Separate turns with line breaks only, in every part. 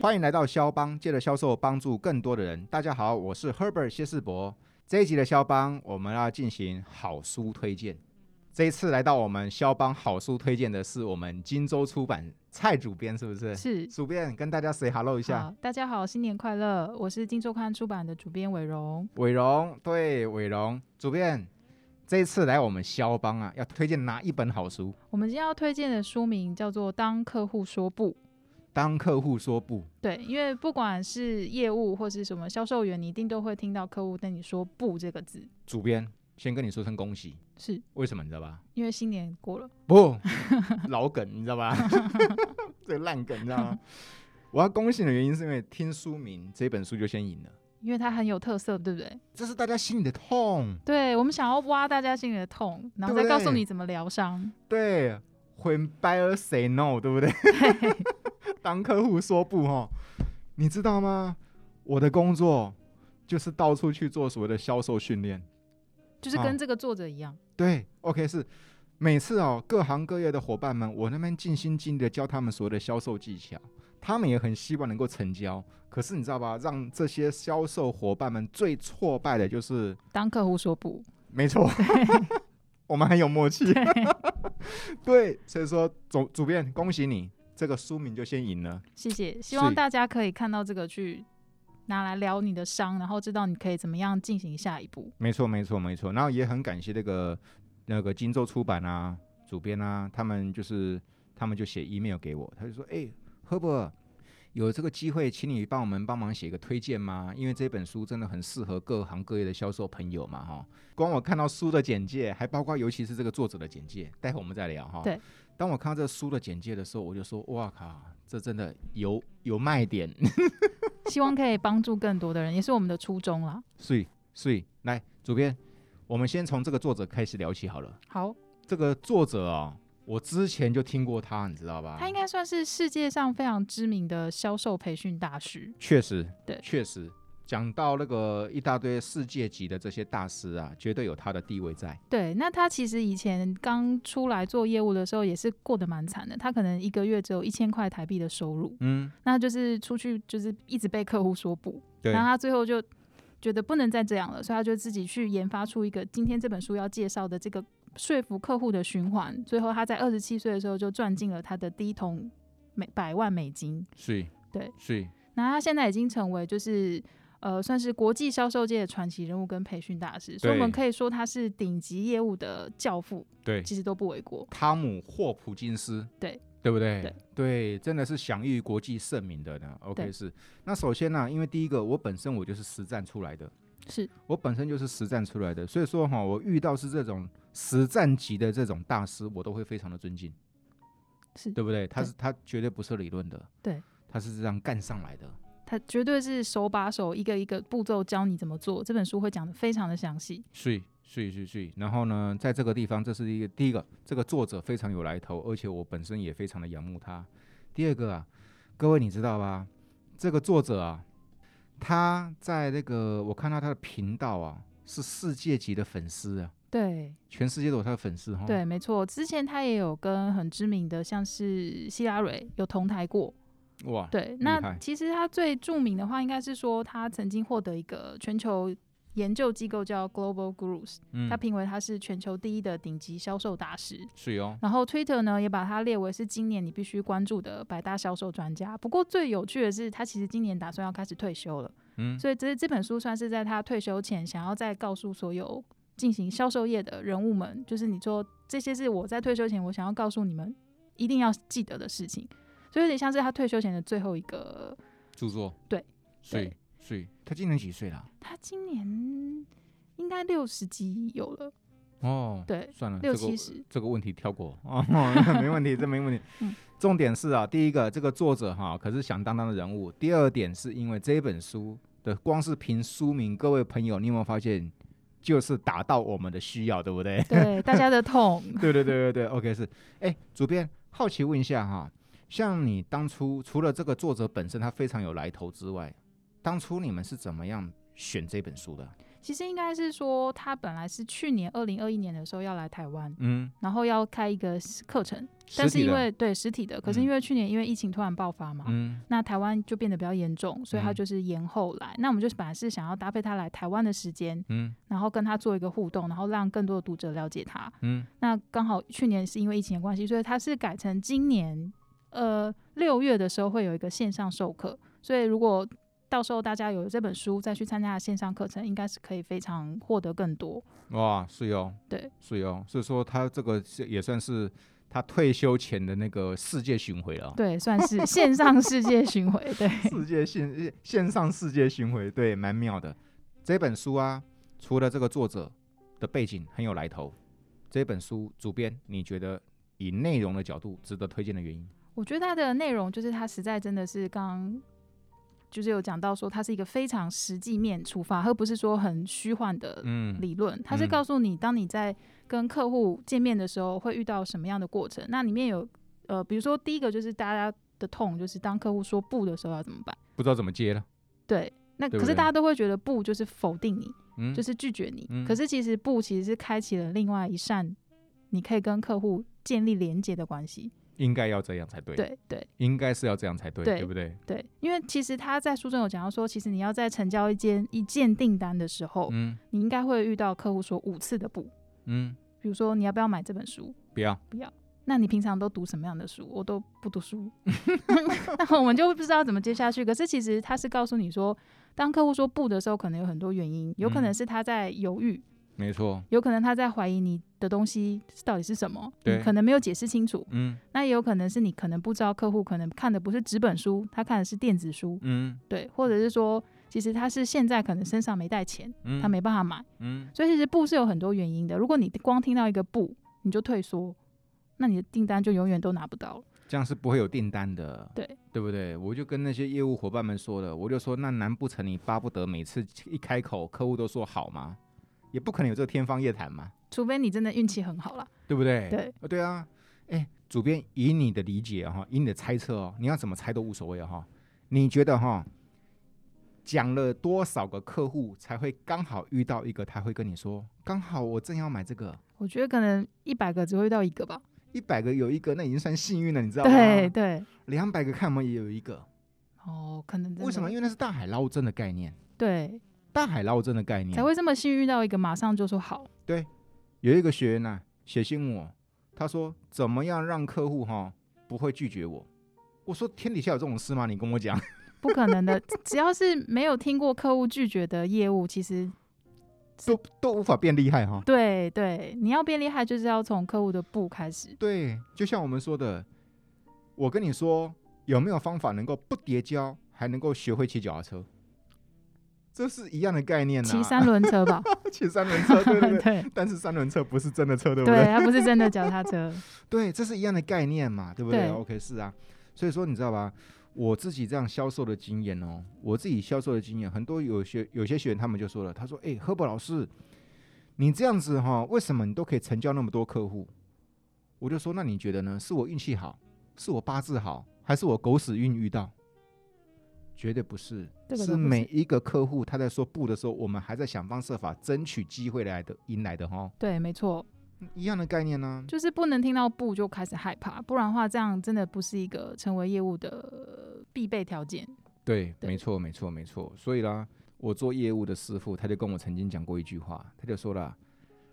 欢迎来到肖邦，借着销售帮助更多的人。大家好，我是 Herbert 谢世博。这一集的肖邦，我们要进行好书推荐。这一次来到我们肖邦好书推荐的是我们荆州出版蔡主编，是不是？
是。
主编跟大家 say hello 一下。
好，大家好，新年快乐！我是《金周刊》出版的主编伟荣。
伟荣，对，伟荣主编，这一次来我们肖邦啊，要推荐哪一本好书？
我们今天要推荐的书名叫做《当客户说不》。
当客户说不，
对，因为不管是业务或是什么销售员，你一定都会听到客户跟你说“不”这个字，
主编先跟你说声恭喜，
是
为什么你知道吧？
因为新年过了。
不，老梗你知道吧？这个烂梗你知道吗？我要恭喜你的原因是因为听书名这本书就先赢了，
因为它很有特色，对不对？
这是大家心里的痛。
对，我们想要挖大家心里的痛，然后再
对
告诉你怎么疗伤。
对，When buyer say no，对不对？当客户说不哦，你知道吗？我的工作就是到处去做所谓的销售训练。
就是
好
跟这个作者一样，
对，OK 是每次哦，各行各业的伙伴们，我那边尽心尽力的教他们所有的销售技巧，他们也很希望能够成交。可是你知道吧，让这些销售伙伴们最挫败的就是，
当客户说不，
没错，我们很有默契。 对，所以说总主编恭喜你，这个书名就先赢了。
谢谢。希
所
望
以
大家可以看到这个去拿来疗你的伤，然后知道你可以怎么样进行下一步。
没错，没错，没错。然后也很感谢那个那个荆州出版啊，主编啊，他们就是他们就写 email 给我，他就说：“哎、赫伯，有这个机会，请你帮我们帮忙写一个推荐吗？因为这本书真的很适合各行各业的销售朋友嘛，哈。光我看到书的简介，还包括尤其是这个作者的简介，待会我们再聊哈。
对。
当我看到这书的简介的时候，我就说：哇靠，这真的有有卖点。
希望可以帮助更多的人，也是我们的初衷啦。
所以，所以来，主编，我们先从这个作者开始聊起好了。”
好，
这个作者哦，我之前就听过他，你知道吧？
他应该算是世界上非常知名的销售培训大师。
确实，
对
确实，讲到那个一大堆世界级的这些大师啊，绝对有他的地位在。
对，那他其实以前刚出来做业务的时候，也是过得蛮惨的。他可能一个月只有一千块台币的收入，
嗯，
那就是出去就是一直被客户说不，
对
然后他最后就觉得不能再这样了，所以他就自己去研发出一个今天这本书要介绍的这个说服客户的循环。最后他在二十七岁的时候就赚进了他的第一桶美百万美金。
是，
对，
是，
那他现在已经成为就是呃，算是国际销售界的传奇人物跟培训大师，所以我们可以说他是顶级业务的教父，
对。
其实都不为过。
汤姆·霍普金斯，
对
对不对？
对
真的是享誉国际盛名的呢。OK，
对
是。那首先呢、因为第一个，我本身我就是实战出来的，
是
我本身就是实战出来的，所以说哈、我遇到是这种实战级的这种大师，我都会非常的尊敬。
是，
对不对？他是他绝对不是理论的，
对，
他是这样干上来的。
他绝对是手把手一个一个步骤教你怎么做。这本书会讲的非常的详细。
是是是是。然后呢，在这个地方，这是一个第一个，这个作者非常有来头，而且我本身也非常的仰慕他。第二个啊，各位你知道吧？这个作者啊，他在那个我看到他的频道啊，是世界级的粉丝啊，
对
全世界都有他的粉丝哈。
对，没错。之前他也有跟很知名的像是希拉蕊有同台过。
哇，
对，
厉害
那其实他最著名的话，应该是说他曾经获得一个全球研究机构叫 Global Gurus
嗯
他，评为他是全球第一的顶级销售大师。
是哦，
然后 Twitter 呢也把他列为是今年你必须关注的百大销售专家。不过最有趣的是，他其实今年打算要开始退休了，
嗯，
所以这这本书算是在他退休前想要再告诉所有进行销售业的人物们，就是你说这些是我在退休前我想要告诉你们一定要记得的事情，所以有点像是他退休前的最后一个。
著作，
对，
是
对
是。他今年几岁了？
他今年应该六十集有了，
哦，
对，
算了，
六
这个
七十。
这个问题跳过 哦，没问题，这没问题
嗯。
重点是啊，第一个，这个作者哈、可是响当当的人物；第二点是因为这本书的光是凭书名，各位朋友，你有没有发现，就是打到我们的需要，对不对？
对大家的痛，
对对对对对，OK 是。哎，主编，好奇问一下哈、像你当初除了这个作者本身他非常有来头之外，当初你们是怎么样选这本书的？
其实应该是说，他本来是去年二零二一年的时候要来台湾，
嗯，
然后要开一个课程，
实
但是
体
因
的
为对实体的，可是
嗯
因为去年因为疫情突然爆发嘛，
嗯
那台湾就变得比较严重，所以他
嗯
就是延后来。那我们就是本来是想要搭配他来台湾的时间，
嗯
然后跟他做一个互动，然后让更多的读者了解他。
嗯
那刚好去年是因为疫情的关系，所以他是改成今年呃六月的时候会有一个线上授课，所以如果到时候大家有这本书再去参加线上课程，应该是可以非常获得更多。
哇，是哦，
对，
是哦，所以说他这个是也算是他退休前的那个世界巡回了。
对，算是线上世界巡回。对，
世界线线上世界巡回，对，蛮妙的。这本书啊，除了这个作者的背景很有来头，这本书主编你觉得以内容的角度值得推荐的原因？
我觉得它的内容就是它实在真的是刚。就是有讲到说，它是一个非常实际面出发，而不是说很虚幻的
嗯
理论，它是
嗯
告诉你，当你在跟客户见面的时候会遇到什么样的过程。那里面有呃，比如说第一个就是大家的痛，就是当客户说不的时候要怎么办？
不知道怎么接了。
对，那
对不
可是
对
大家都会觉得不就是否定你，
嗯，
就是拒绝你。
嗯
可是其实不其实是开启了另外一扇，你可以跟客户建立连接的关系。
应该要这样才对，
对对
应该是要这样才对，
对
不对？
对，因为其实他在书中有讲到说，其实你要在成交一间一件订单的时候，
嗯
你应该会遇到客户说五次的不，
嗯，
比如说你要不要买这本书，
不要，
那你平常都读什么样的书？我都不读书， 那我们就不知道怎么接下去。可是其实他是告诉你说，当客户说不的时候，可能有很多原因，有
嗯
可能是他在犹豫，
没错。
有可能他在怀疑你的东西到底是什么，
对
你可能没有解释清楚。
嗯
那也有可能是你可能不知道客户可能看的不是纸本书，他看的是电子书，
嗯
对，或者是说其实他是现在可能身上没带钱，
嗯，
他没办法买。
嗯
所以其实不是有很多原因的。如果你光听到一个不，你就退缩，那你的订单就永远都拿不到了。
这样是不会有订单的，
对
对不对？我就跟那些业务伙伴们说了，我就说，那难不成你巴不得每次一开口，客户都说好吗？也不可能有这个天方夜谭嘛，
除非你真的运气很好啦。
对不对？
对
呃，对啊，哎，主编，以你的理解哈、以你的猜测哦，你要怎么猜都无所谓哈、你觉得哈、讲了多少个客户才会刚好遇到一个，他会跟你说，刚好我正要买这个，
我觉得可能一百个只会遇到一个吧。
一百个有一个，那已经算幸运了，你知道吗？
对，对，
两百个看我们也有一个，
哦，可能真的
为什么？因为那是大海捞针的概念，
对
大海捞针的概念
才会这么幸运遇到一个马上就说好。
有一个学员呢、写信问我，他说怎么样让客户哈、不会拒绝我？我说天底下有这种事吗？你跟我讲。
不可能的，只要是没有听过客户拒绝的业务，其实
都都无法变厉害哈。
对对，你要变厉害就是要从客户的不开始。
对，就像我们说的，我跟你说，有没有方法能够不叠交，还能够学会骑脚踏车？这是一样的概念呐、
骑三轮车吧，
骑三轮车，对对对。
对
但是三轮车不是真的车，对不对？
对，它不是真的脚踏车。
对，这是一样的概念嘛，对不对
对
o k 是啊。所以说，你知道吧？我自己这样销售的经验哦，我自己销售的经验，很多有些有些学员他们就说了，他说：“哎、赫伯老师，你这样子哈、为什么你都可以成交那么多客户？”我就说：“那你觉得呢？是我运气好，是我八字好，还是我狗屎运遇到？”绝对不是，
这个
是
都不是
每一个客户他在说不的时候，我们还在想方设法争取机会来的迎来的哈、
对，没错。
嗯一样的概念呢、啊
就是不能听到不就开始害怕，不然的话，这样真的不是一个成为业务的呃必备条件。
对，
对
没错，没错，没错。所以啦，我做业务的师傅他就跟我曾经讲过一句话，他就说了，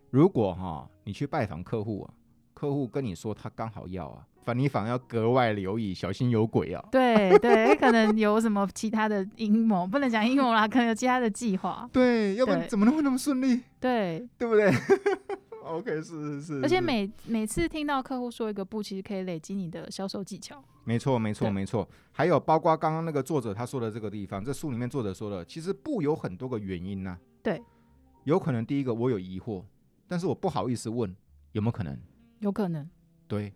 如果哈、你去拜访客户啊，客户跟你说他刚好要啊，反你反而要格外留意，小心有鬼啊。
对对，可能有什么其他的阴谋，不能讲阴谋啦，可能有其他的计划。
对，要不然
对
怎么能会那么顺利，
对，
对不对 ？OK，是是是，
而且
是
每每次听到客户说一个不，其实可以累积你的销售技巧。
没错，没错，
对
没错。还有包括刚刚那个作者他说的这个地方，这书里面作者说的，其实不有很多个原因呐、
对，
有可能第一个我有疑惑，但是我不好意思问，有没有可能？
有可能，
对，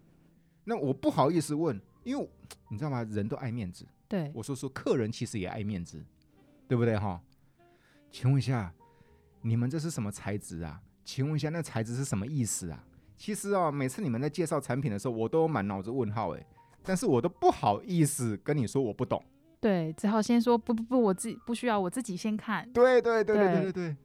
那我不好意思问，因为我你知道吗？人都爱面子。
对，
我说说，客人其实也爱面子，对不对哈？请问一下，你们这是什么材质啊？请问一下，那材质是什么意思啊？其实啊，每次你们在介绍产品的时候，我都满脑子问号诶，但是我都不好意思跟你说我不懂。
对，只好先说不不不，我自己不需要，我自己先看。
对对对对对对
对
对，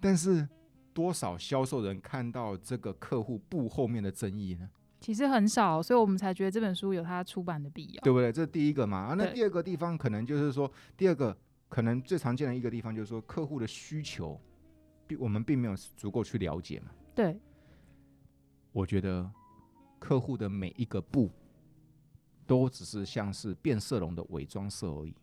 但是多少销售人看到这个客户布后面的争议呢？
其实很少，所以我们才觉得这本书有它出版的必要。
对不对？这是第一个嘛。啊，那
对
第二个地方可能就是说，第二个可能最常见的一个地方就是说，客户的需求，并我们并没有足够去了解嘛。
对，
我觉得客户的每一个步，都只是像是变色龙的伪装色而已。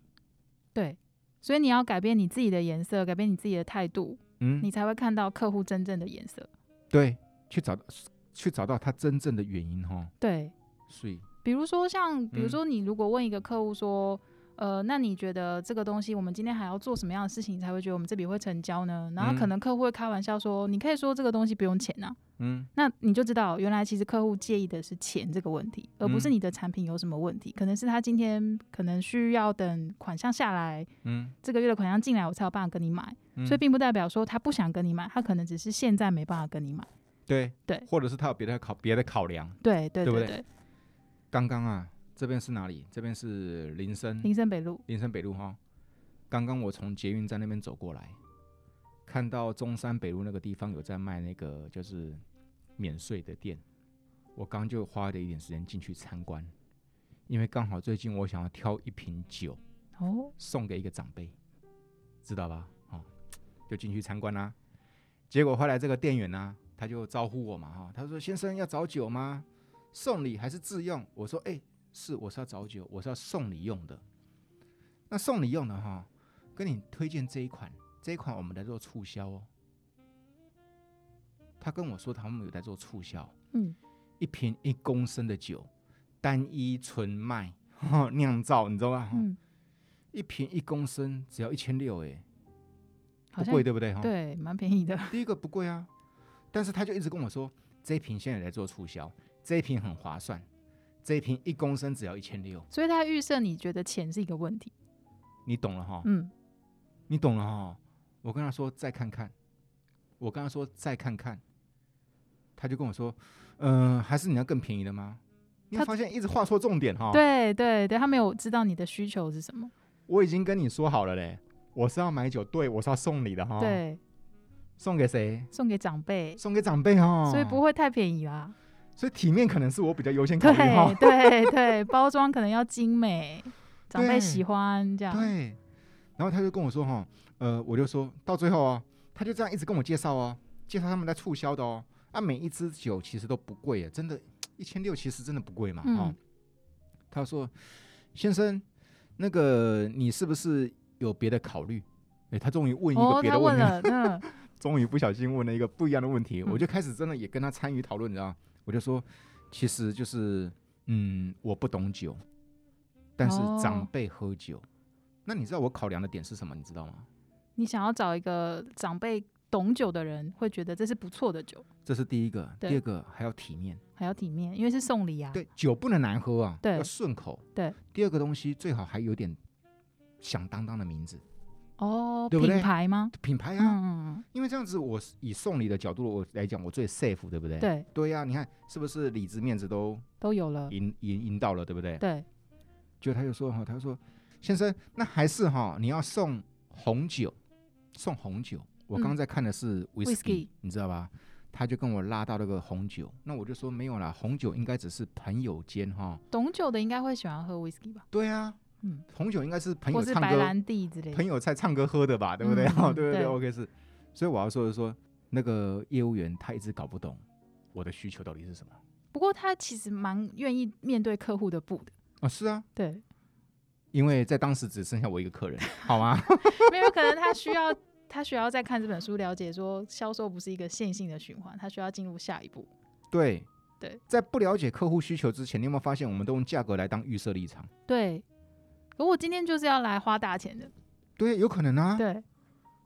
对，所以你要改变你自己的颜色，改变你自己的态度，
嗯
你，才会看到客户真正的颜色。
对，去找到去找到它真正的原因哈。
对，
所以，
比如说像，比如
嗯
说你如果问一个客户说，呃，那你觉得这个东西我们今天还要做什么样的事情才会觉得我们这笔会成交呢？然后可
嗯
能客户会开玩笑说，你可以说这个东西不用钱啊，
嗯
那你就知道原来其实客户介意的是钱这个问题，而不是
嗯
你的产品有什么问题，可能是他今天可能需要等款项下来，
嗯，
这个月的款项进来我才有办法跟你买，
嗯
所以并不代表说他不想跟你买，他可能只是现在没办法跟你买。
对
对
或者是他有别的考别的考量。
对对
对不
对
对
对，
刚刚啊，这边是哪里？这边是林森，
林森北路，
林森北路哈。刚刚我从捷运站那边走过来，看到中山北路那个地方有在卖那个就是免税的店，我刚就花了一点时间进去参观，因为刚好最近我想要挑一瓶酒
哦，
送给一个长辈，知道吧？哦，就进去参观啦、啊结果后来这个店员呢、他就招呼我嘛哈、他说：“先生要找酒吗？送礼还是自用？”我说：“哎、是，我是要找酒，我是要送礼用的。那送礼用的哈、跟你推荐这一款，这一款我们在做促销哦。”他跟我说他们有在做促销，
嗯，
一瓶一公升的酒，单一纯麦、酿造，你知道吧？哦哈
嗯，
一瓶一公升只要一千六，哎，
好
不
像
贵对哦不对？哈，
对，蛮便宜的。
第一个不贵啊，但是他就一直跟我说，这一瓶现在在做促销，这一瓶很划算，这一瓶一公升只要一千六，
所以他预设你觉得钱是一个问题，
你懂了哈？
嗯，
你懂了哈？我跟他说再看看，我跟他说再看看，他就跟我说，嗯、还是你要更便宜的吗？你
他
发现一直画错重点哈？，
对对对，他没有知道你的需求是什么，
我已经跟你说好了嘞，我是要买酒，对我是要送你的哈，，
对，
送给谁？
送给长辈，
送给长辈哦，
所以不会太便 宜啦。
所以体面可能是我比较优先考虑哈
对。对对，包装可能要精美，长辈
对
喜欢这样。
对，然后他就跟我说哈，呃，我就说到最后啊，他就这样一直跟我介绍哦，介绍他们在促销的哦。啊，每一支酒其实都不贵耶，真的，一千六其实真的不贵嘛。哦
嗯，，
他说，先生，那个你是不是有别的考虑？诶，他终于问一个
哦，
别
他
的问
问
题，
了，嗯，
终于不小心问了一个不一样的问题，
嗯
我就开始真的也跟他参与讨论，你知道吗，我就说，其实就是，嗯，我不懂酒，但是
哦
长辈喝酒，那你知道我考量的点是什么？你知道吗？
你想要找一个长辈懂酒的人，会觉得这是不错的酒，
这是第一个，
对
第二个还要体面，
还要体面，因为是送礼啊。
对，酒不能难喝啊，
对
要顺口，
对。
第二个东西最好还有点响当当的名字
哦，
对不对
品牌吗？
品牌
嗯
啊，
嗯，
因为这样子我是以送礼的角度我来讲，我最 safe，对不对？
嗯，对，
对呀、你看是不是里子面子都
都有了。
赢赢赢到了，对不对？
对，
就他就说哈，他说先生，那还是哈，你要送红酒，送红酒。我刚刚
嗯
在看的是 whisky，、
Whisky
你知道吧？他就跟我拉到那个红酒，那我就说没有啦，红酒应该只是朋友间哈。
懂酒的应该会喜欢喝 whisky 吧，
对啊，
嗯，
红酒应该是朋
或
友
是
唱
白
歌，
兰地之类的
朋。友在唱歌喝的吧，对不对？哦
嗯嗯
对对
对
，OK 是。所以我要说的是说，那个业务员他一直搞不懂我的需求到底是什么
不过他其实蛮愿意面对客户的不的，
啊？是啊，
对，
因为在当时只剩下我一个客人，好吗？
没有可能他需要他需要再看这本书了解说销售不是一个线性的循环，他需要进入下一步。
对
对，
在不了解客户需求之前，你有没有发现我们都用价格来当预设立场？
对，可我今天就是要来花大钱的，
对，有可能啊，
对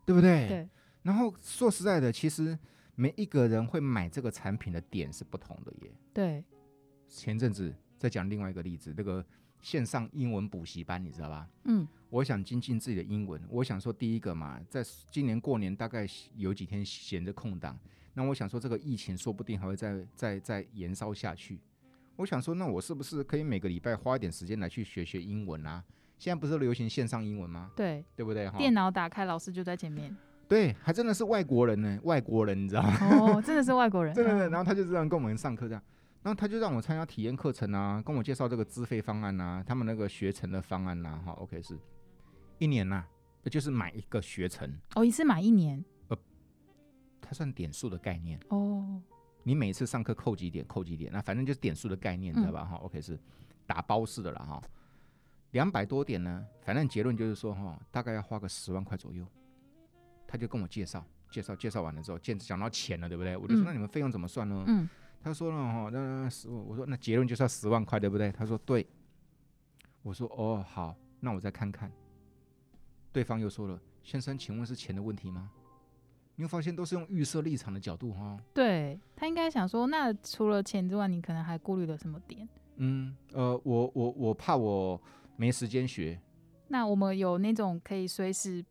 对不对？
对。
然后说实在的，其实每一个人会买这个产品的点是不同的耶。
对，
前阵子再讲另外一个例子，那个线上英文补习班，你知道吧？
嗯，
我想精进自己的英文，我想说第一个嘛，在今年过年大概有几天闲着空档，那我想说这个疫情说不定还会再再再延烧下去。我想说，那我是不是可以每个礼拜花一点时间来去学学英文啊？现在不是流行线上英文吗？
对，
对不对哈？
电脑打开，老师就在前面，
对，还真的是外国人呢，外国人你知道吗？
哦， 真的是外国人，
对对对，
嗯
然后他就这样跟我们上课这样，然后他就让我参加体验课程啊，跟我介绍这个资费方案啊，他们那个学程的方案呐、哈，OK 是一年呐、就是买一个学程，
哦，一次买一年，
它算点数的概念，
哦，
你每次上课扣几点，扣几点，那反正就是点数的概念，
嗯
知道吧？哈，OK 是打包式的了哈，两百多点呢，反正结论就是说哈，大概要花个十万块左右，他就跟我介绍。介绍介绍完了之后，见讲到钱了，对不对？我就说
嗯
那你们费用怎么算呢？
嗯，
他说了哦，那那十，我说那结论就是要十万块，对不对？他说对。我说哦好，那我再看看。对方又说了，先生，请问是钱的问题吗？你会发现都是用预设立场的角度哈、哦，
对他应该想说，那除了钱之外，你可能还顾虑了什么点？
嗯，呃，我我我怕我没时间学。
那我们有那种可以随时，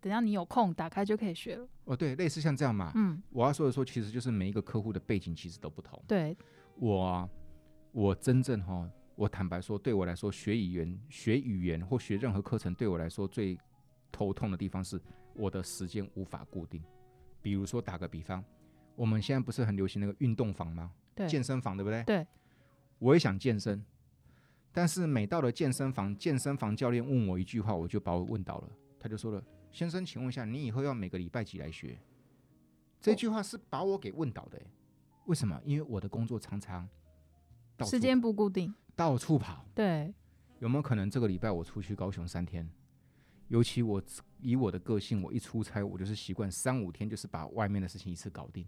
等到你有空打开就可以学了，
哦，对，类似像这样嘛。
嗯，
我要说的说，其实就是每一个客户的背景其实都不同。
对，
我啊我真正哈、我坦白说，对我来说，学语言、学语言或学任何课程，对我来说最头痛的地方是我的时间无法固定。比如说，打个比方，我们现在不是很流行那个运动房吗？
对，
健身房对不对？
对。
我也想健身，但是每到了健身房，健身房教练问我一句话，我就把我问倒了。他就说了：“先生，请问一下，你以后要每个礼拜几来学？”这句话是把我给问倒的、欸。为什么？因为我的工作常常到处
时间不固定，
到处跑，
对，
有没有可能这个礼拜我出去高雄三天？尤其我以我的个性，我一出差我就是习惯三五天，就是把外面的事情一次搞定。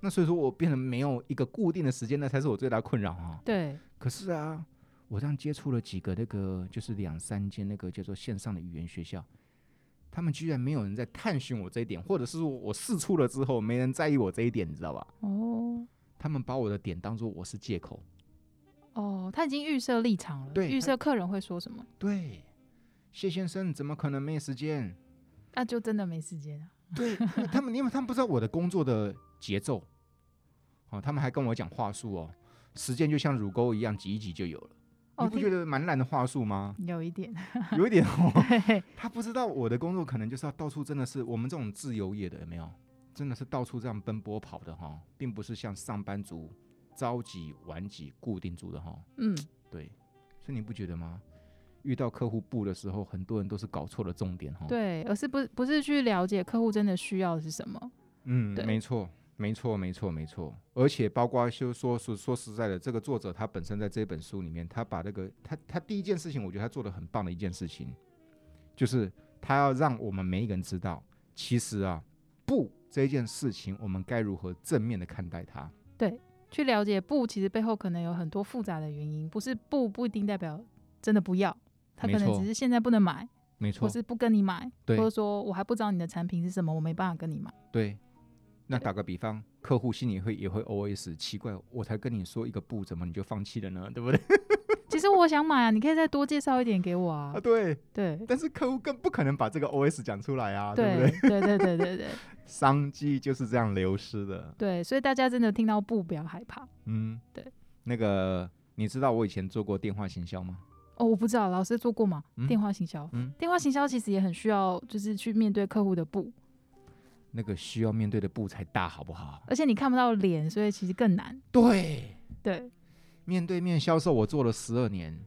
那所以说我变得没有一个固定的时间，那才是我最大的困扰啊。
对，
可是啊，我这样接触了几个那个，就是两三间那个叫做线上的语言学校，他们居然没有人在探寻我这一点，或者是说我试出了之后没人在意我这一点，你知道吧？
哦。
他们把我的点当做我是借口。
哦，他已经预设立场了，
对
预
他
设客人会说什么，
对，谢先生怎么可能没时间？
那、就真的没时间了。
对，因为他们因为他们不知道我的工作的节奏，哦，他们还跟我讲话术哦，时间就像乳沟一样挤一挤就有了。
哦
你不觉得蛮烂的话术吗？
有一点，
有一点哦，
对，
他不知道我的工作可能就是要到处真的是我们这种自由业的有没有？真的是到处这样奔波跑的哈、并不是像上班族朝几晚几固定住的哈、
嗯，
对，所以你不觉得吗？遇到客户部的时候，很多人都是搞错了重点哈、，
对，而是不不是去了解客户真的需要的是什么，
嗯
对，
没错，没错，没错，没错。而且包括就说说说实在的，这个作者他本身在这本书里面，他把那个他他第一件事情，我觉得他做的很棒的一件事情，就是他要让我们每一个人知道，其实啊，不这件事情，我们该如何正面的看待它。
去了解不，其实背后可能有很多复杂的原因，不是不不一定代表真的不要，他可
没
能
错
只是现在不能买，
没
或
错，
是不跟你买，或
对
者说我还不知道你的产品是什么，我没办法跟你买。
对。那
对
打个比方，客户心里会也会 OS 奇怪，我才跟你说一个不，怎么你就放弃了呢？对不 对？
其实我想买啊，你可以再多介绍一点给我啊
啊，。对。
对
但是客户更不可能把这个 OS 讲出来啊，对不对
对？对对对对对
商机就是这样流失的。
对，所以大家真的听到不不要害怕
嗯，
对。
那个，你知道我以前做过电话行销吗？
哦。我不知道老师做过吗？
嗯
电话行销，
嗯
电话行销其实也很需要，就是去面对客户的不，
那个需要面对的步才大，好不好？
而且你看不到脸，所以其实更难。
对，
对，
面对面销售我做了十二年，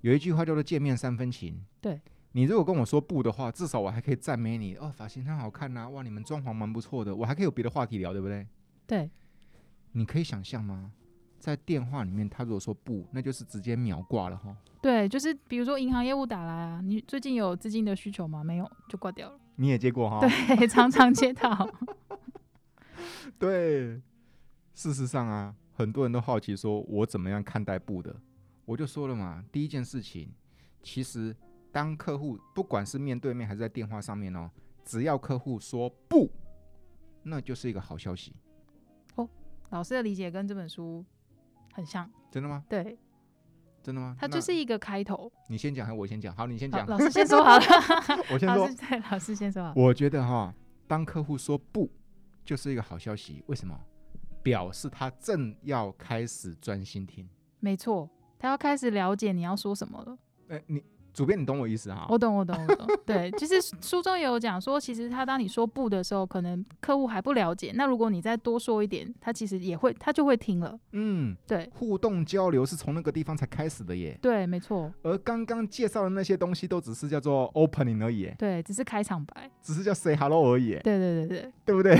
有一句话叫做“见面三分情”。
对。
你如果跟我说不的话，至少我还可以赞美你哦，发型很好看呐、哇，你们装潢蛮不错的，我还可以有别的话题聊，对不对？
对，
你可以想象吗？在电话里面，他如果说不，那就是直接秒挂了哈。
对，就是比如说银行业务打来啊，你最近有资金的需求吗？没有，就挂掉了。
你也接过哈？
对， 常常接到。
对，事实上啊，很多人都好奇说我怎么样看待布的。我就说了嘛，第一件事情，其实当客户不管是面对面还是在电话上面哦，只要客户说不，那就是一个好消息。
老师的理解跟这本书很像，
真的吗？
对，
真的吗？
它就
那
是一个开头。
你先讲还是我先讲？好，你先
好，
讲，
老师先说好了，
我先
老
说
师。对，老师先说好了。
我觉得哈、当客户说不，就是一个好消息。为什么？表示他正要开始专心听。
没错，他要开始了解你要说什么了。
哎、你主编，你懂我意思哈？
我懂，我懂，我懂。对，其实书中也有讲说，其实他当你说不的时候，可能客户还不了解。那如果你再多说一点，他其实也会，他就会听了。
嗯，
对，
互动交流是从那个地方才开始的耶。
对，没错，
而刚刚介绍的那些东西都只是叫做 opening 而已耶，
对，只是开场白。
只是叫 say hello 而已耶，
对，对，对，对。
对不对？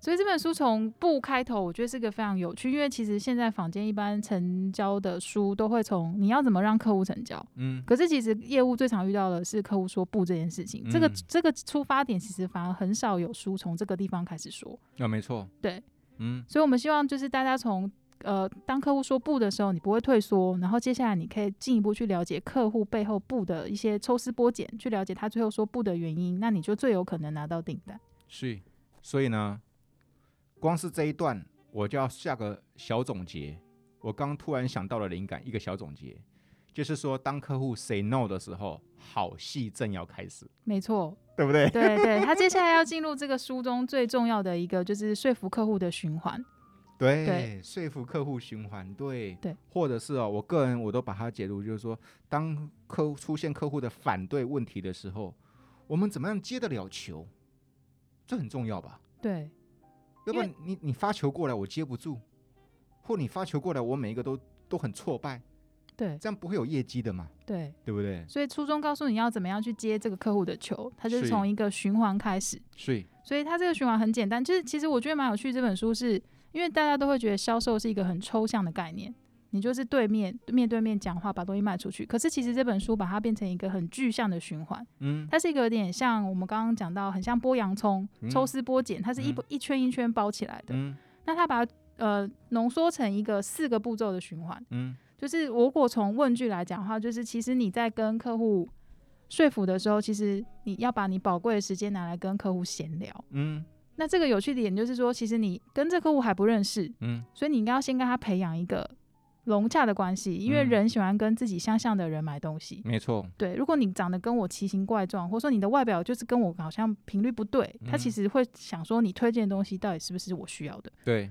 所以这本书从不开头，我觉得是个非常有趣，因为其实现在坊间一般成交的书都会从你要怎么让客户成交，
嗯，
可是其实业务最常遇到的是客户说不这件事情，这个
嗯
这个出发点其实反而很少有书从这个地方开始说，
啊，没错，
对，
嗯，
所以我们希望就是大家从呃当客户说不的时候，你不会退缩，然后接下来你可以进一步去了解客户背后不的一些抽丝剥茧，去了解他最后说不的原因，那你就最有可能拿到订单。
是。所以呢，光是这一段我就要下个小总结。我刚突然想到了灵感，一个小总结，就是说，当客户 say no 的时候，好戏正要开始，
没错，
对不对？
对对，他接下来要进入这个书中最重要的一个就是说服客户的循环。
对，
对
说服客户循环，对，
对，
或者是哦，我个人我都把它解读，就是说，当客户出现客户的反对问题的时候，我们怎么样接得了球，这很重要吧？
对
要不
因
然你你发球过来我接不住，或你发球过来我每一个都都很挫败，
对
这样不会有业绩的嘛，
对，
对不对？
所以初中告诉你要怎么样去接这个客户的球，它就是
是
从一个循环开始。
所以
所以它这个循环很简单，就是其实我觉得蛮有趣。这本书是因为大家都会觉得销售是一个很抽象的概念，你就是对面面对面讲话，把东西卖出去。可是其实这本书把它变成一个很具象的循环，
嗯，
它是一个有点像我们刚刚讲到，很像剥洋葱、
嗯
抽丝剥茧，它是一、
嗯
一圈一圈包起来的。
嗯
那它把它呃浓缩成一个四个步骤的循环。
嗯
就是如果从问句来讲的话，就是其实你在跟客户说服的时候，其实你要把你宝贵的时间拿来跟客户闲聊。
嗯
那这个有趣的点就是说，其实你跟这客户还不认识，
嗯，
所以你应该要先跟他培养一个融洽的关系，因为
嗯
人喜欢跟自己相像的人买东西。
没错，
对，如果你长得跟我奇形怪状，或者说你的外表就是跟我好像频率不对，他
嗯
其实会想说你推荐的东西到底是不是我需要的。
对，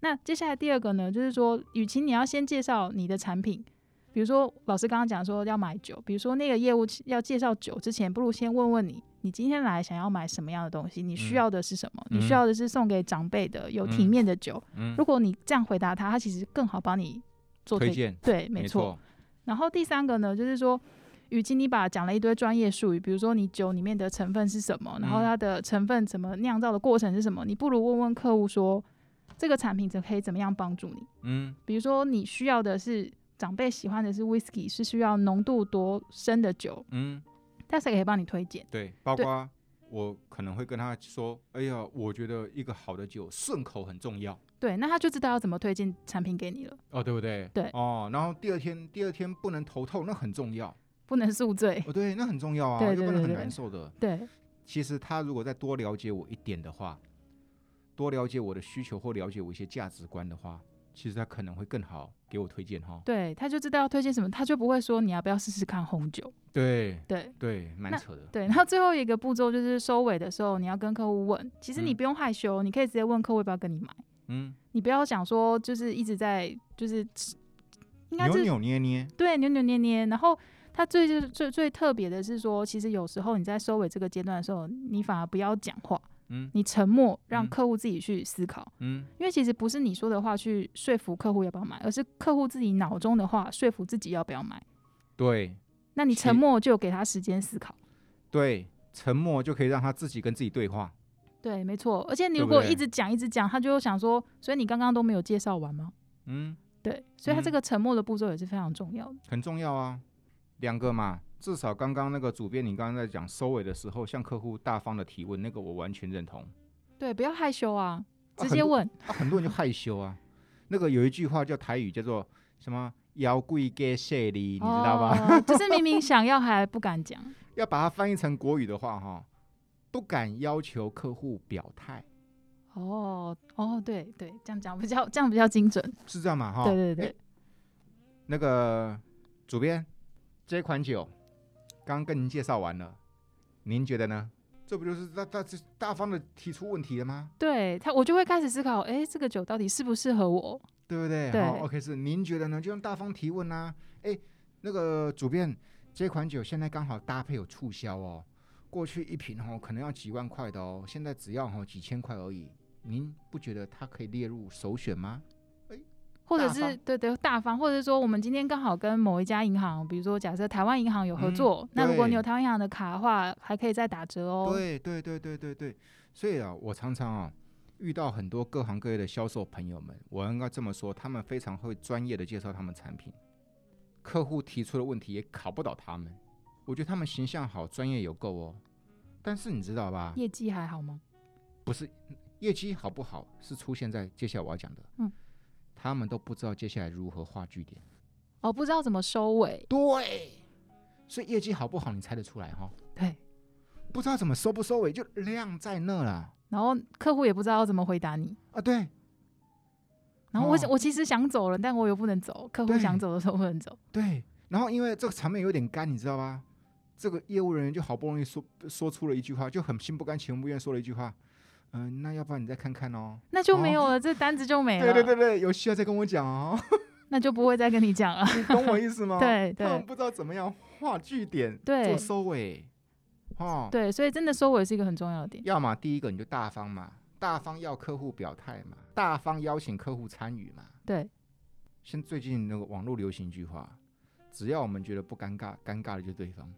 那接下来第二个呢，就是说，与其你要先介绍你的产品，比如说老师刚刚讲说要买酒，比如说那个业务要介绍酒之前，不如先问问你，你今天来想要买什么样的东西，你需要的是什么？
嗯
你需要的是送给长辈的有体面的酒。
嗯
如，果你这样回答他，他其实更好帮你做推
推。荐，
对，没
没
错。
错，
然后第三个呢，就是说，与其你把讲了一堆专业术语，比如说你酒里面的成分是什么，然后
嗯
它的成分怎么酿造的过程是什么，你不如问问客户说，这个产品怎可以怎么样帮助你？
嗯
比如说你需要的是长辈喜欢的是 whisky，是需要浓度多深的酒，
嗯，
他才可以帮你推荐。
对，包
对
括我可能会跟他说，哎呀，我觉得一个好的酒顺口很重要。
对，那他就知道要怎么推荐产品给你了，
哦，对不对？
对
哦，然后第二天，第二天不能头痛，那很重要。
不能宿醉。
哦，对，那很重要啊，
对
要不
对
然
对
很
对
难受的。
对
其实他如果再多了解我一点的话，多了解我的需求或了解我一些价值观的话，其实他可能会更好给我推荐哈。
对，他就知道要推荐什么，他就不会说你要不要试试看红酒。
对
对。
对，蛮
那
扯的。
对，然后最后一个步骤就是收尾的时候，你要跟客户问，其实你
嗯
不用害羞，你可以直接问客户要不要跟你买，
嗯，
你不要想说就是一直在就是应该
扭
是
扭捏捏，
对扭扭捏捏，然后。他最就是最最特别的是说，其实有时候你在收尾这个阶段的时候，你反而不要讲话，
嗯
你沉默，让
嗯
客户自己去思考，
嗯，
因为其实不是你说的话去说服客户要不要买，而是客户自己脑中的话说服自己要不要买。
对
那你沉
是
默就给他时间思考。
对，沉默就可以让他自己跟自己对话。
对，没错。而且你
对
如
不
果
对
一直讲一直讲，他就会想说，所以你刚刚都没有介绍完吗？
嗯，
对，所以他这
嗯
个沉默的步骤也是非常重要的。
很重要啊，两个嘛，至少刚刚那个主编你刚刚在讲收尾的时候，向客户大方的提问，那个我完全认同。
对，不要害羞啊，
啊
直接问。
啊很多人就害羞 啊。那个有一句话叫台语叫做什么“妖贵给谢礼”，你知道吧？
哦就是明明想要还不 敢讲。
要把它翻译成国语的话，哈，不敢要求客户表态，
哦哦，对对，这样讲比较这样比较精准。
是这样嘛？哈，
对对对
诶。那个主编，这款酒刚跟您介绍完了，您觉得呢？这不就是大大大方的提出问题了吗？
对他，我就会开始思考，哎，这个酒到底适不适合我？
对不对？
对
好，OK，是您觉得呢？就用大方提问啊。哎，那个主编，这款酒现在刚好搭配有促销哦，过去一瓶哦可能要几万块的哦，现在只要哦几千块而已。您不觉得它可以列入首选吗？
或者
大
是
方
对对大方，或者是说我们今天刚好跟某一家银行，比如说假设台湾银行有合作，
嗯
那如果你有
对
台湾银行的卡的话，还可以再打折哦。
对对对对对对，所以啊，我常常啊遇到很多各行各业的销售朋友们，我应该这么说，他们非常会专业的介绍他们产品，客户提出的问题也考不倒他们。我觉得他们形象好，专业有够哦。但是你知道吧，
业绩还好吗？
业绩好不好是出现在接下来我要讲的，
嗯，
他们都不知道接下来如何画句点。
哦，不知道怎么收尾。
对，所以业绩好不好你猜得出来哈、
对，
不知道怎么收不收尾，就晾在那了
然后客户也不知道要怎么回答你。
啊。对，
然后我、想，
哦
我其实想走了，但我又不能走。客户
对
想走的时候不能走。
对，然后因为这个场面有点干，你知道吧？这个业务人员就好不容易说说出了一句话，就很心不甘情不愿说了一句话，嗯、那要不然你再看看哦。
那就没
哦
有了，这单子就没了。
对对对对，有需要再跟我讲 哦，
那就不会再跟你讲了。
你懂我意思吗？
对
他们
对
不知道怎么样画句点，
对
做收尾，哦，
对，所以真的收尾是一个很重要的点。
要么第一个你就大方嘛，大方要客户表态嘛，大方邀请客户参与嘛。
对，
像最近那个网络流行一句话，只要我们觉得不尴尬，尴尬的就是对方。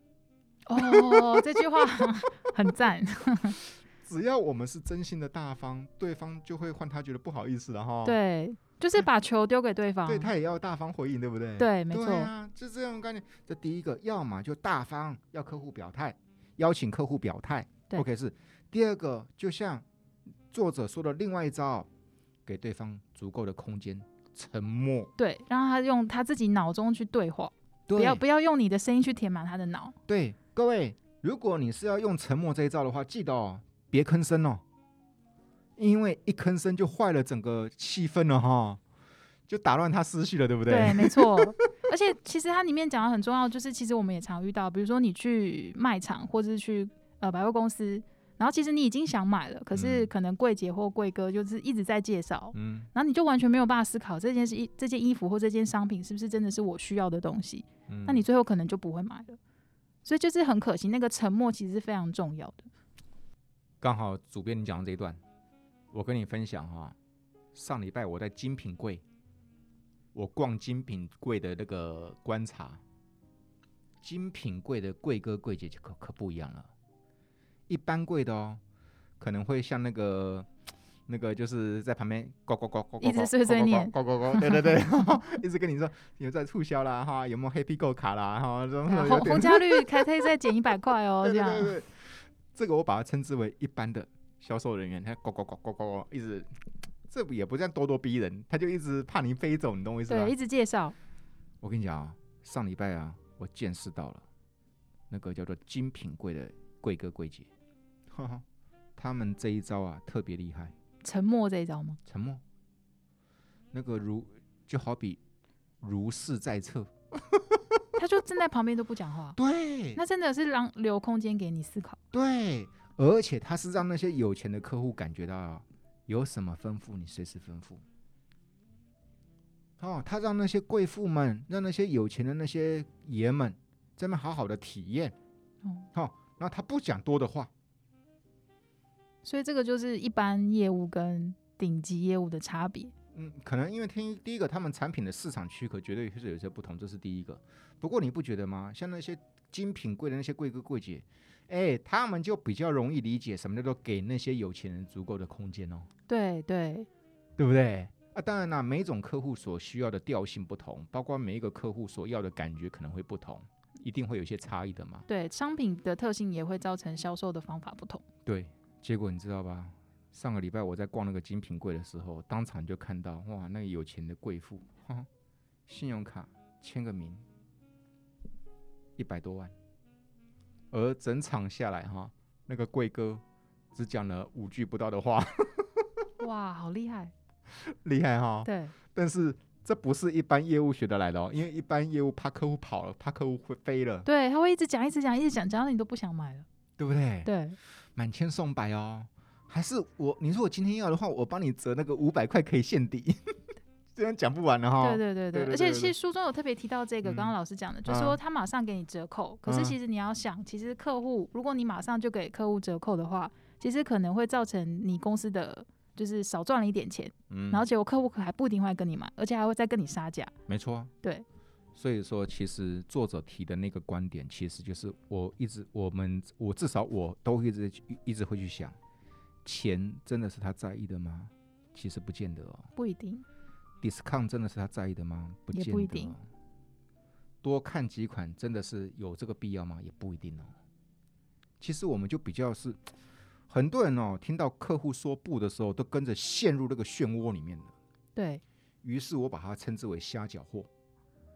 哦，这句 话很赞。
只要我们是真心的大方，对方就会换他觉得不好意思了哈。，
对，就是把球丢给对方。
哦对他也要大方回应，对不对？
对没错
对啊，就这种概念。这第一个，要么就大方，要客户表态，邀请客户表态。
对
OK，是第二个，就像作者说的另外一招，给对方足够的空间，沉默。
对，让他用他自己脑中去对话，
对
不要不要用你的声音去填满他的脑。
对，各位，如果你是要用沉默这一招的话，记得哦，别吭声哦，因为一吭声就坏了整个气氛了哈、就打乱他思绪了，对不对？
没错。而且其实它里面讲的很重要，就是其实我们也常遇到，比如说你去卖场或者是去呃百货公司，然后其实你已经想买了，可是
嗯
可能柜姐或柜哥就是一直在介绍，
嗯，
然后你就完全没有办法思考这件事这件衣服或这件商品是不是真的是我需要的东西，
嗯
那你最后可能就不会买了。所以就是很可惜，那个沉默其实是非常重要的。
刚好主编你讲的这一段，我跟你分享哈、上礼拜我在精品柜，我逛精品柜的那个观察，精品柜的柜哥柜姐就可可不一样了，一般柜的哦，可能会像那个。那个就是在旁边呱呱呱呱呱呱，
一直碎碎念
呱呱呱，呱对对对，一直跟你说有在促销啦哈，有没有黑 a p 卡啦哈，这种
对啊
嗯有
红
点
红加绿还可以再减一百块 哦，
对
这样
对对对，这个我把它称之为一般的销售人员，他呱呱呱呱呱呱一直，这也不算咄咄逼人，他就一直怕你飞走，你懂我意思吧
对，一？直介绍
我跟你讲啊，上礼拜啊，我见识到了那个叫做精品柜的柜哥柜 姐，哈哈，他们这一招啊特别厉害，
沉默这一招吗？
沉默，那个如就好比如是在侧，
他就站在旁边都不讲话，
对
那真的是让留空间给你思考。
对，而且他是让那些有钱的客户感觉到啊有什么吩咐你随时吩咐。哦，他让那些贵妇们，让那些有钱的那些爷们，这么好好的体验。
哦，
哦，然后他不讲多的话，
所以这个就是一般业务跟顶级业务的差别。
嗯，可能因为第一第一个，他们产品的市场区隔绝对是有些不同，这是第一个。不过你不觉得吗？像那些精品贵的那些贵哥贵姐，哎，他们就比较容易理解什么叫做给那些有钱人足够的空间哦。
对对
对不对？啊，当然啦，每种客户所需要的调性不同，包括每一个客户所要的感觉可能会不同，一定会有一些差异的嘛。
对，商品的特性也会造成销售的方法不同。
对，结果你知道吧？上个礼拜我在逛那个精品柜的时候，当场就看到哇，那个有钱的贵妇，哈，信用卡签个名，一百多万，而整场下来哈，那个贵哥只讲了五句不到的话，
哇，好厉害！哦
厉害哈、
对
但是这不是一般业务学得来的哦，因为一般业务怕客户跑了，怕客户会飞了，
对，他会一直讲，一直讲，一直讲，讲到你都不想买了。
对不对？
对，
满千送百哦，还是我？你说我今天要的话，我帮你折那个五百块可以现抵。 这样讲不完了哈。
对对对
对对
而且
对
其实书中有特别提到这个，
嗯
刚刚老师讲的，就
嗯
说他马上给你折扣，可是
嗯
其实你要想，其实客户如果你马上就给客户折扣的话，其实可能会造成你公司的就是少赚了一点钱，
嗯，
然后结果客户可还不一定会跟你买，而且还会再跟你杀价。
没错啊，
对，
所以说，其实作者提的那个观点，其实就是我一直我们我至少我都会一直去一直会去想，钱真的是他在意的吗？其实不见得哦。
不一定。
discount 真的是他在意的吗？不
也
见得、哦。
不一定
多看几款真的是有这个必要吗？也不一定哦。其实我们就比较是，很多人哦，听到客户说不的时候，都跟着陷入那个漩涡里面了。
对
于是我把它称之为瞎搅和，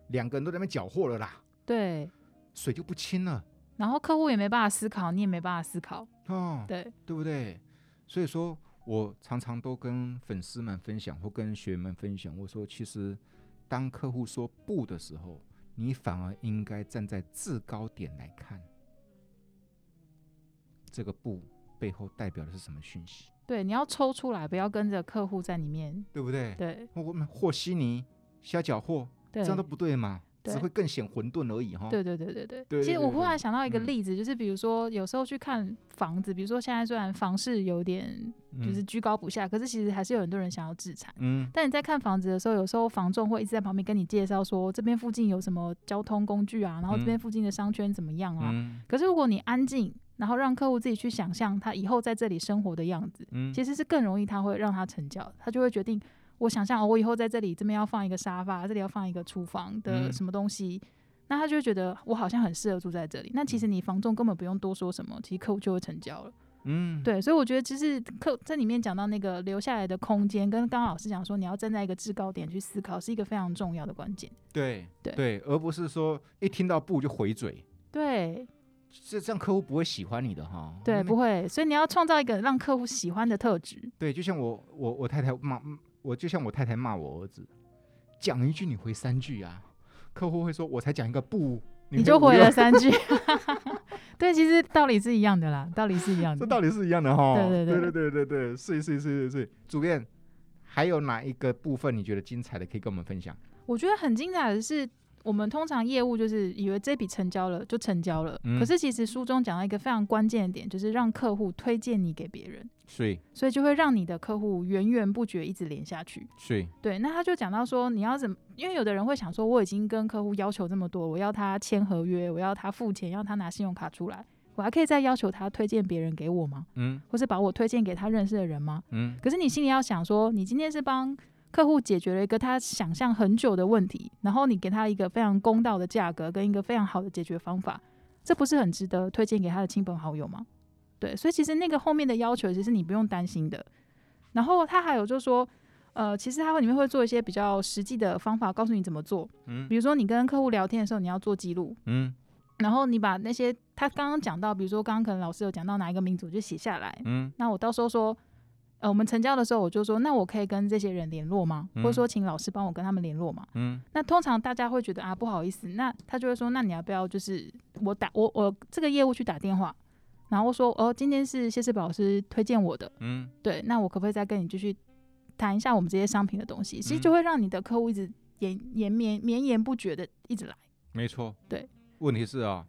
两个人都在那边搅和了啦，
对，
水就不清了
然后客户也没办法思考，你也没办法思考。
哦。
对，
对不对？所以说我常常都跟粉丝们分享，或跟学员们分享，我说其实当客户说不的时候，你反而应该站在制高点来看这个不背后代表的是什么讯息，
对，你要抽出来，不要跟着客户在里面。
对不对？
对
我们和稀泥、虾饺和，
对
这，样都不对嘛，
对
只会更显混沌而已哈。
对对对对对。
对
其实
对
我
对
忽
对
然想到一个
嗯
例子，就是比如说有时候去看房子，比如说现在虽然房市有点
嗯，
就是居高不下，可是其实还是有很多人想要自产。
嗯，
但你在看房子的时候，有时候房仲会一直在旁边跟你介绍说这边附近有什么交通工具啊，然后这边
嗯
附近的商圈怎么样啊。
嗯
可是如果你安静，然后让客户自己去想象他以后在这里生活的样子，
嗯，
其实是更容易他会让他成交，他就会决定我想象、哦、我以后在这里这边要放一个沙发，这里要放一个厨房的
嗯
什么东西，那他就会觉得我好像很适合住在这里。那其实你房仲根本不用多说什么，其实客户就会成交了。
嗯，
对，所以我觉得其实客这里面讲到那个留下来的空间，跟刚刚老师讲说你要站在一个制高点去思考，是一个非常重要的关键。
对
对
对，而不是说一听到不就回嘴。
对
这这样客户不会喜欢你的哈。
对，
那
不会，所以你要创造一个让客户喜欢的特质。
对，就像我我我太太骂我，就像我太太骂我儿子，讲一句你回三句啊。客户会说，我才讲一个不，
你就
回
回
五六
了。三 句。 对，其实道理是一样的啦，道理是一样
这
的。
道理是一样的哈。
对对
对
对
对对对对，是是是是是。主编，还有哪一个部分你觉得精彩的可以跟我们分享？
我觉得很精彩的是，我们通常业务就是以为这笔成交了就成交了，
嗯
可是其实书中讲到一个非常关键的点，就是让客户推荐你给别人，
是
所以就会让你的客户源源不绝一直连下去。
是，
对，那他就讲到说，你要怎么？因为有的人会想说，我已经跟客户要求这么多，我要他签合约，我要他付钱，要他拿信用卡出来，我还可以再要求他推荐别人给我吗？
嗯
或是把我推荐给他认识的人吗？
嗯
可是你心里要想说，你今天是帮客户解决了一个他想象很久的问题，然后你给他一个非常公道的价格跟一个非常好的解决方法，这不是很值得推荐给他的亲朋好友吗？对，所以其实那个后面的要求，其实你不用担心的。然后他还有就是说，呃，其实他会里面会做一些比较实际的方法，告诉你怎么做。
嗯
比如说你跟客户聊天的时候，你要做记录，
嗯
然后你把那些他刚刚讲到，比如说刚刚可能老师有讲到哪一个民族，就写下来，
嗯
那我到时候说，呃，我们成交的时候，我就说，那我可以跟这些人联络吗？
嗯
或者说，请老师帮我跟他们联络吗？
嗯
那通常大家会觉得啊，不好意思，那他就会说，那你要不要就是我打我我这个业务去打电话，然后说，哦，今天是谢世宝老师推荐我的，
嗯
对，那我可不可以再跟你继续谈一下我们这些商品的东西？其
嗯
实就会让你的客户一直延延绵绵延不绝的一直来。
没错，
对。
问题是啊，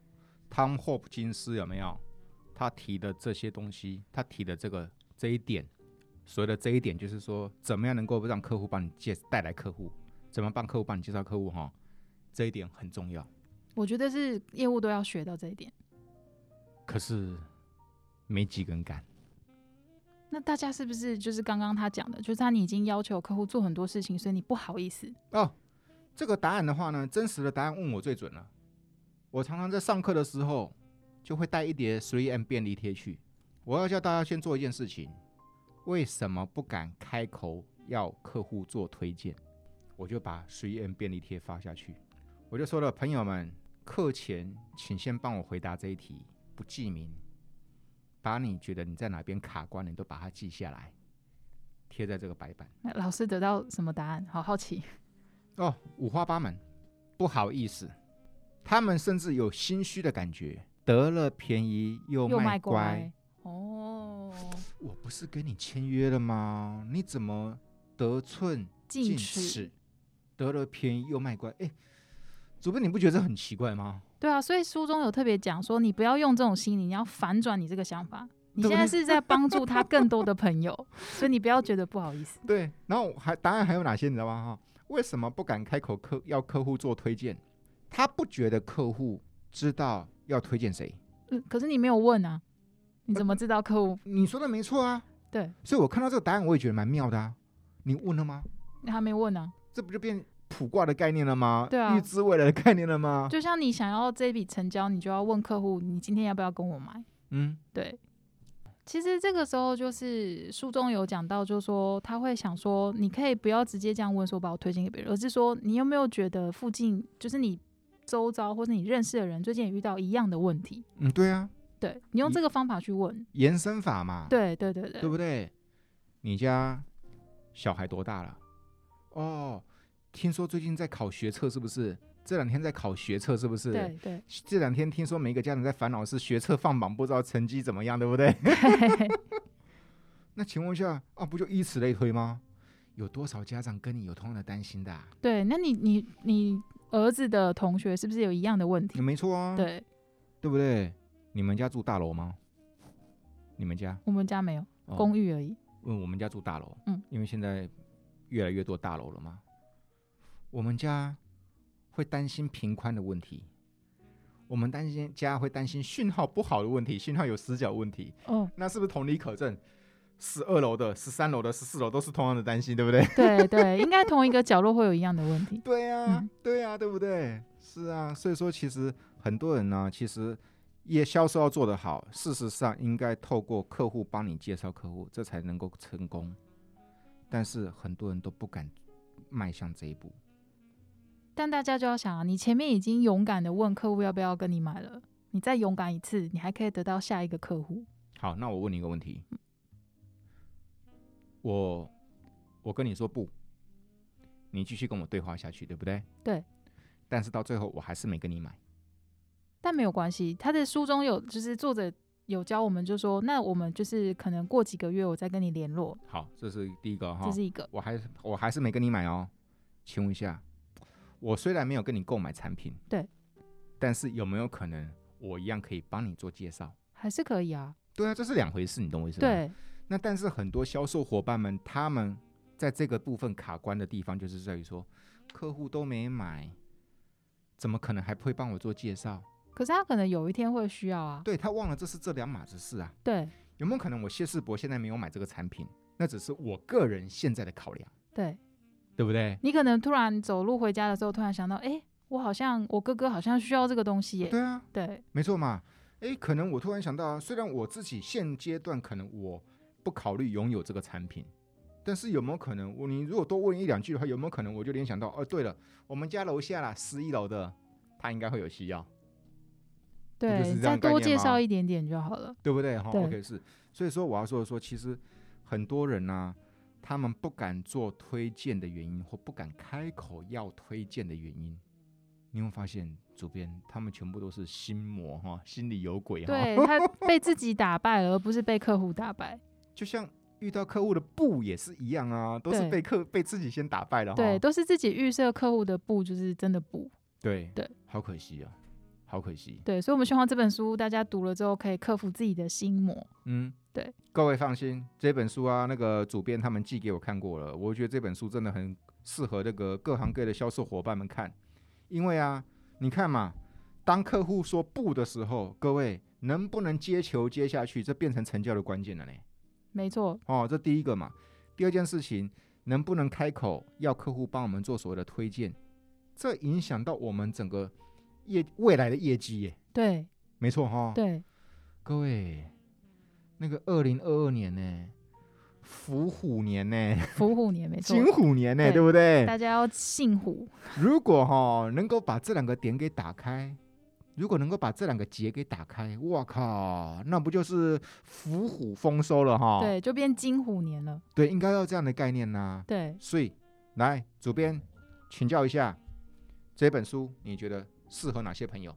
汤霍普金斯有没有？他提的这些东西，他提的这个这一点，所谓的这一点，就是说怎么样能够让客户帮你介带来客户，怎么帮客户帮你介绍客户哈，这一点很重要。
我觉得是业务都要学到这一点。
可是没几个人敢。
那大家是不是就是刚刚他讲的，就是他你已经要求客户做很多事情，所以你不好意思？
哦，这个答案的话呢，真实的答案问我最准了。我常常在上课的时候就会带一叠 3M 便利贴去。我要叫大家先做一件事情，为什么不敢开口要客户做推荐？我就把 3M 便利贴发下去，我就说了，朋友们，课前请先帮我回答这一题，不记名，把你觉得你在哪边卡关的，你都把它记下来，贴在这个白板。
那老师得到什么答案？好好奇。
哦，五花八门，不好意思，他们甚至有心虚的感觉，得了便宜又
又
卖
卖乖哦，
我不是跟你签约了吗？你怎么得寸
进
尺？得了便宜又卖乖。哎，主编，你不觉得这很奇怪吗？
对啊，所以书中有特别讲说，你不要用这种心理，你要反转你这个想法。你
对
现
不
在
对
是在帮助他更多的朋友， 所以你不要觉得不好意思。
对，然后还答案还有哪些你知道吗？哈，为什么不敢开口客要客户做推荐？他不觉得客户知道要推荐谁。
嗯，可是你没有问啊，你怎么知道客户？
你说的没错啊，
对，
所以我看到这个答案我也觉得蛮妙的啊。你问了吗？
你还没问啊。
这不就变卜卦的概念了吗？
对啊
预知未来的概念了吗？
就像你想要这笔成交，你就要问客户，你今天要不要跟我买？
嗯，
对。其实这个时候就是书中有讲到，就是说他会想说，你可以不要直接这样问说把我推荐给别人，而是说你有没有觉得附近就是你周遭或者你认识的人最近也遇到一样的问题？
嗯，对啊，
对你用
你
这个方法去问，
延伸法嘛，
对对对对，
对不对？你家小孩多大了？哦，听说最近在考学测，是不是？这两天在考学测，是不是？
对对
这两天听说每一个家长在烦恼是学测放榜，不知道成绩怎么样，对不对？
对
那请问一下啊，不就依此类推吗？有多少家长跟你有同样的担心的、啊？
对，那你你你儿子的同学是不是有一样的问题？
没错啊，
对
对不对？你们家住大楼吗？你们家、
我们家没有
哦
公寓而已，
嗯，我们家住大楼，
嗯，
因为现在越来越多大楼了嘛，我们家会担心频宽的问题，我们担心家会担心讯号不好的问题，讯号有死角问题，
哦，
那是不是同理可证？十二楼的、十三楼的、十四楼都是同样的担心，对不对？
对对，应该同一个角落会有一样的问题。
对啊，
嗯
对啊，对不对？是啊，所以说其实很多人呢，其实业销售要做得好，事实上应该透过客户帮你介绍客户，这才能够成功。但是很多人都不敢迈向这一步。
但大家就要想啊，你前面已经勇敢的问客户要不要跟你买了，你再勇敢一次，你还可以得到下一个客户。
好，那我问你一个问题，我我跟你说不，你继续跟我对话下去，对不对？
对。
但是到最后我还是没跟你买。
但没有关系，他的书中有就是作者有教我们，就说那我们就是可能过几个月我再跟你联络，
好，这是第一个哈。
这是一个。
我还是我还是没跟你买哦。请问一下，我虽然没有跟你购买产品，
对，
但是有没有可能我一样可以帮你做介绍？
还是可以啊，
对啊，这是两回事，你懂我意思吗？。
对
那但是很多销售伙伴们，他们在这个部分卡关的地方，就是在于说，客户都没买，怎么可能还会帮我做介绍？
可是他可能有一天会需要啊，
对他忘了这是这两码子事啊。
对
有没有可能我谢世博现在没有买这个产品，那只是我个人现在的考量，
对，
对不对？
你可能突然走路回家的时候，突然想到，诶，我好像我哥哥好像需要这个东西耶，
对啊，
对
没错嘛。诶，可能我突然想到啊，虽然我自己现阶段可能我不考虑拥有这个产品，但是有没有可能我你如果多问一两句的话，有没有可能我就联想到哦，对了，我们家楼下啦，十一楼的，他应该会有需要，
对，
就是这样
再
概
多
念
介
吗
绍一点点就好了，
对不对？哈、
对
o k 是。所以说我要说的说，其实很多人呢、他们不敢做推荐的原因，或不敢开口要推荐的原因，你会发现主编他们全部都是心魔哈，心里有鬼哈。
对他被自己打败了，而不是被客户打败。
就像遇到客户的不也是一样啊，都是
对
被客被自己先打败了哈。
对，都是自己预设客户的不，就是真的不
对
对
好可惜啊，好可惜。
对，所以我们希望这本书大家读了之后可以克服自己的心魔。
嗯，
对，
各位放心，这本书啊，那个主编他们寄给我看过了，我觉得这本书真的很适合那个各行各业的销售伙伴们看，因为啊，你看嘛，当客户说不的时候，各位能不能接球接下去，这变成成交的关键了嘞。
没错，
哦，这第一个嘛。第二件事情，能不能开口要客户帮我们做所谓的推荐，这影响到我们整个业未来的业绩耶。
对
没错哈、哦，
对，
各位，那个二零二二年呢，伏虎年呢，
伏 虎年没错
金，虎年呢，
对
对不对？
大家要信虎。
如果哈、能够把这两个点给打开，如果能够把这两个结给打开，我靠，那不就是伏虎丰收了哈、
对，就变金虎年了。
对，应该要这样的概念呐、
对，
所以，来，主编请教一下，这本书你觉得适合哪些朋友？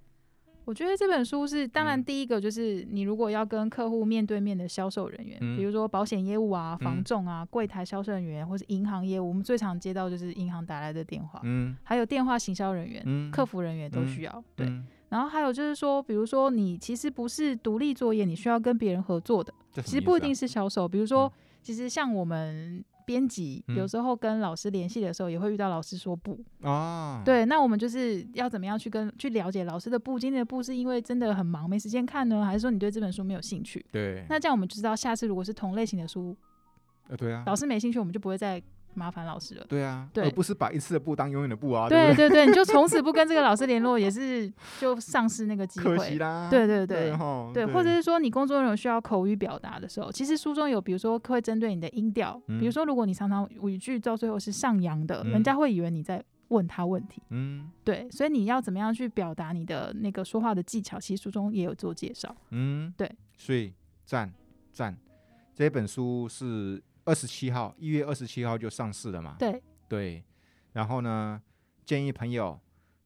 我觉得这本书是，当然
嗯
第一个就是你如果要跟客户面对面的销售人员，
嗯
比如说保险业务啊、房
嗯
仲啊、柜台销售人员，或是银行业务，我们最常接到就是银行打来的电话，
嗯
还有电话行销人员、
嗯，
客服人员都
嗯
需要。对，
嗯
然后还有就是说，比如说你其实不是独立作业，你需要跟别人合作的，
这
其
什么
实
意
不
思
一定
啊
是销售。比如说，其实像我们编辑，有
嗯
时候跟老师联系的时候，也会遇到老师说不。
哦，，
对，那我们就是要怎么样去跟去了解老师的不？今天的不是因为真的很忙没时间看呢，还是说你对这本书没有兴趣？
对，
那这样我们就知道，下次如果是同类型的书，
呃对啊，
老师没兴趣，我们就不会再麻烦老师了。
对啊，
对
而不是把一次的布当永远的布啊，
对
不
对对，你就从此不跟这个老师联络，也是就丧失那个机
对？可惜
会。
啦，
对对
哦对啊
对，
吼
对，或者是说你工作内容需要口语表达的时候，其实书中有，比如说会针对你的音调，比如
嗯
说如果你常常语句到最后是上扬的，人
嗯
家会以为你在问他问题。
嗯
对，所以你要怎么样去表达你的那个说话的技巧，其实书中也有做介绍。
嗯，
对，
所以赞赞，这本书是二十七号，一月二十七号就上市了嘛，
对，
对，然后呢，建议朋友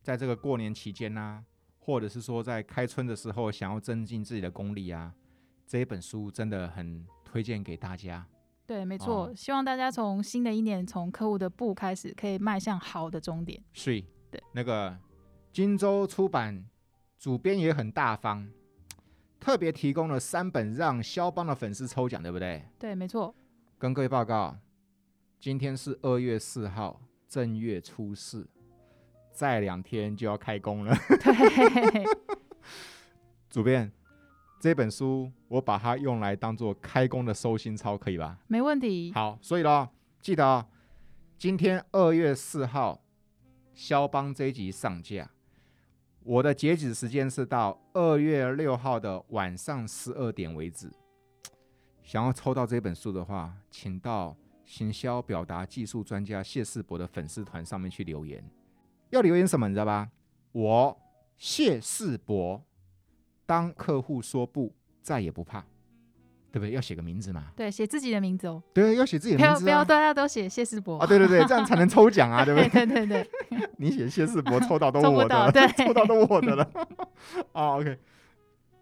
在这个过年期间呢、或者是说在开春的时候，想要增进自己的功力啊，这一本书真的很推荐给大家。
对，没错。
哦
希望大家从新的一年，从客户的不开始，可以迈向好的终点。
是，
对，
那个荆州出版主编也很大方，特别提供了三本让肖邦的粉丝抽奖，对不对？
对，没 错。
跟各位报告，今天是二月四号，正月初四，再两天就要开工了。
对，
主编，这本书我把它用来当做开工的收心操，可以吧？
没问题。
好，所以咯，记得哦，今天二月四号，肖邦这一集上架，我的截止时间是到二月六号的晚上十二点为止。想要抽到这本书的话，请到行销表达技术专家谢世博的粉丝团上面去留言。要留言什么，你知道吧？我谢世博，当客户说不，再也不怕，对不对？要写个名字嘛。
对，写自己的名字哦，
对，要写自己的
不
名
要
字、啊、
不要大家都写谢世博。
啊，对对对，这样才能抽奖啊，对不
哦 对
对？
对对对，
你写谢世博抽 到都
做
我的
不到。
了，
对，
抽到都我的了。啊，OK，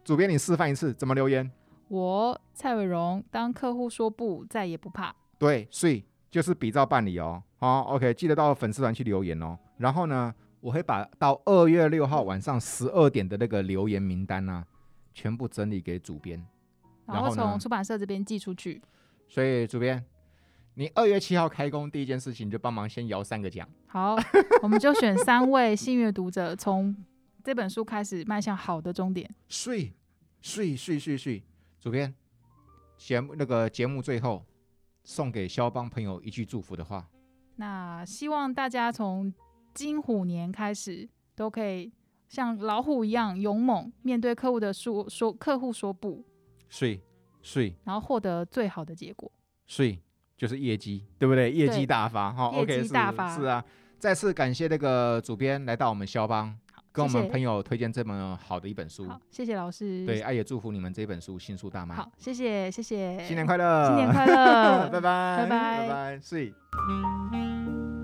主编你示范一次怎么留言？
我蔡伟荣，当客户说不，再也不怕。
对，所以就是比照办理哦。好、o k 记得到粉丝团去留言哦。然后呢，我会把到二月六号晚上十二点的那个留言名单呢、啊全部整理给主编。
然
然
后
后呢
从出版社这边寄出去。
所以主编，你二月七号开工第一件事情就帮忙先摇三个奖。
好， 我们就选三位幸运的读者，从这本书开始迈向好的终点。
睡睡睡睡睡，主编，节目那个节目最后送给肖邦朋友一句祝福的话，
那希望大家从金虎年开始，都可以像老虎一样勇猛面对客户的说说客户说不，
睡睡
然后获得最好的结果。
睡，就是业绩，对不对？业绩
对
大发哈
业
，OK，
绩
是
大发
是啊。再次感谢那个主编来到我们肖邦，跟我
谢
们
谢
朋友推荐这么好的一本书。
好，谢谢老师。
对，，哎爱也祝福你们这本书《新书大卖》。
好，谢谢谢谢，
新年快乐！
新年快乐，
拜拜，拜
拜
拜，睡。
拜。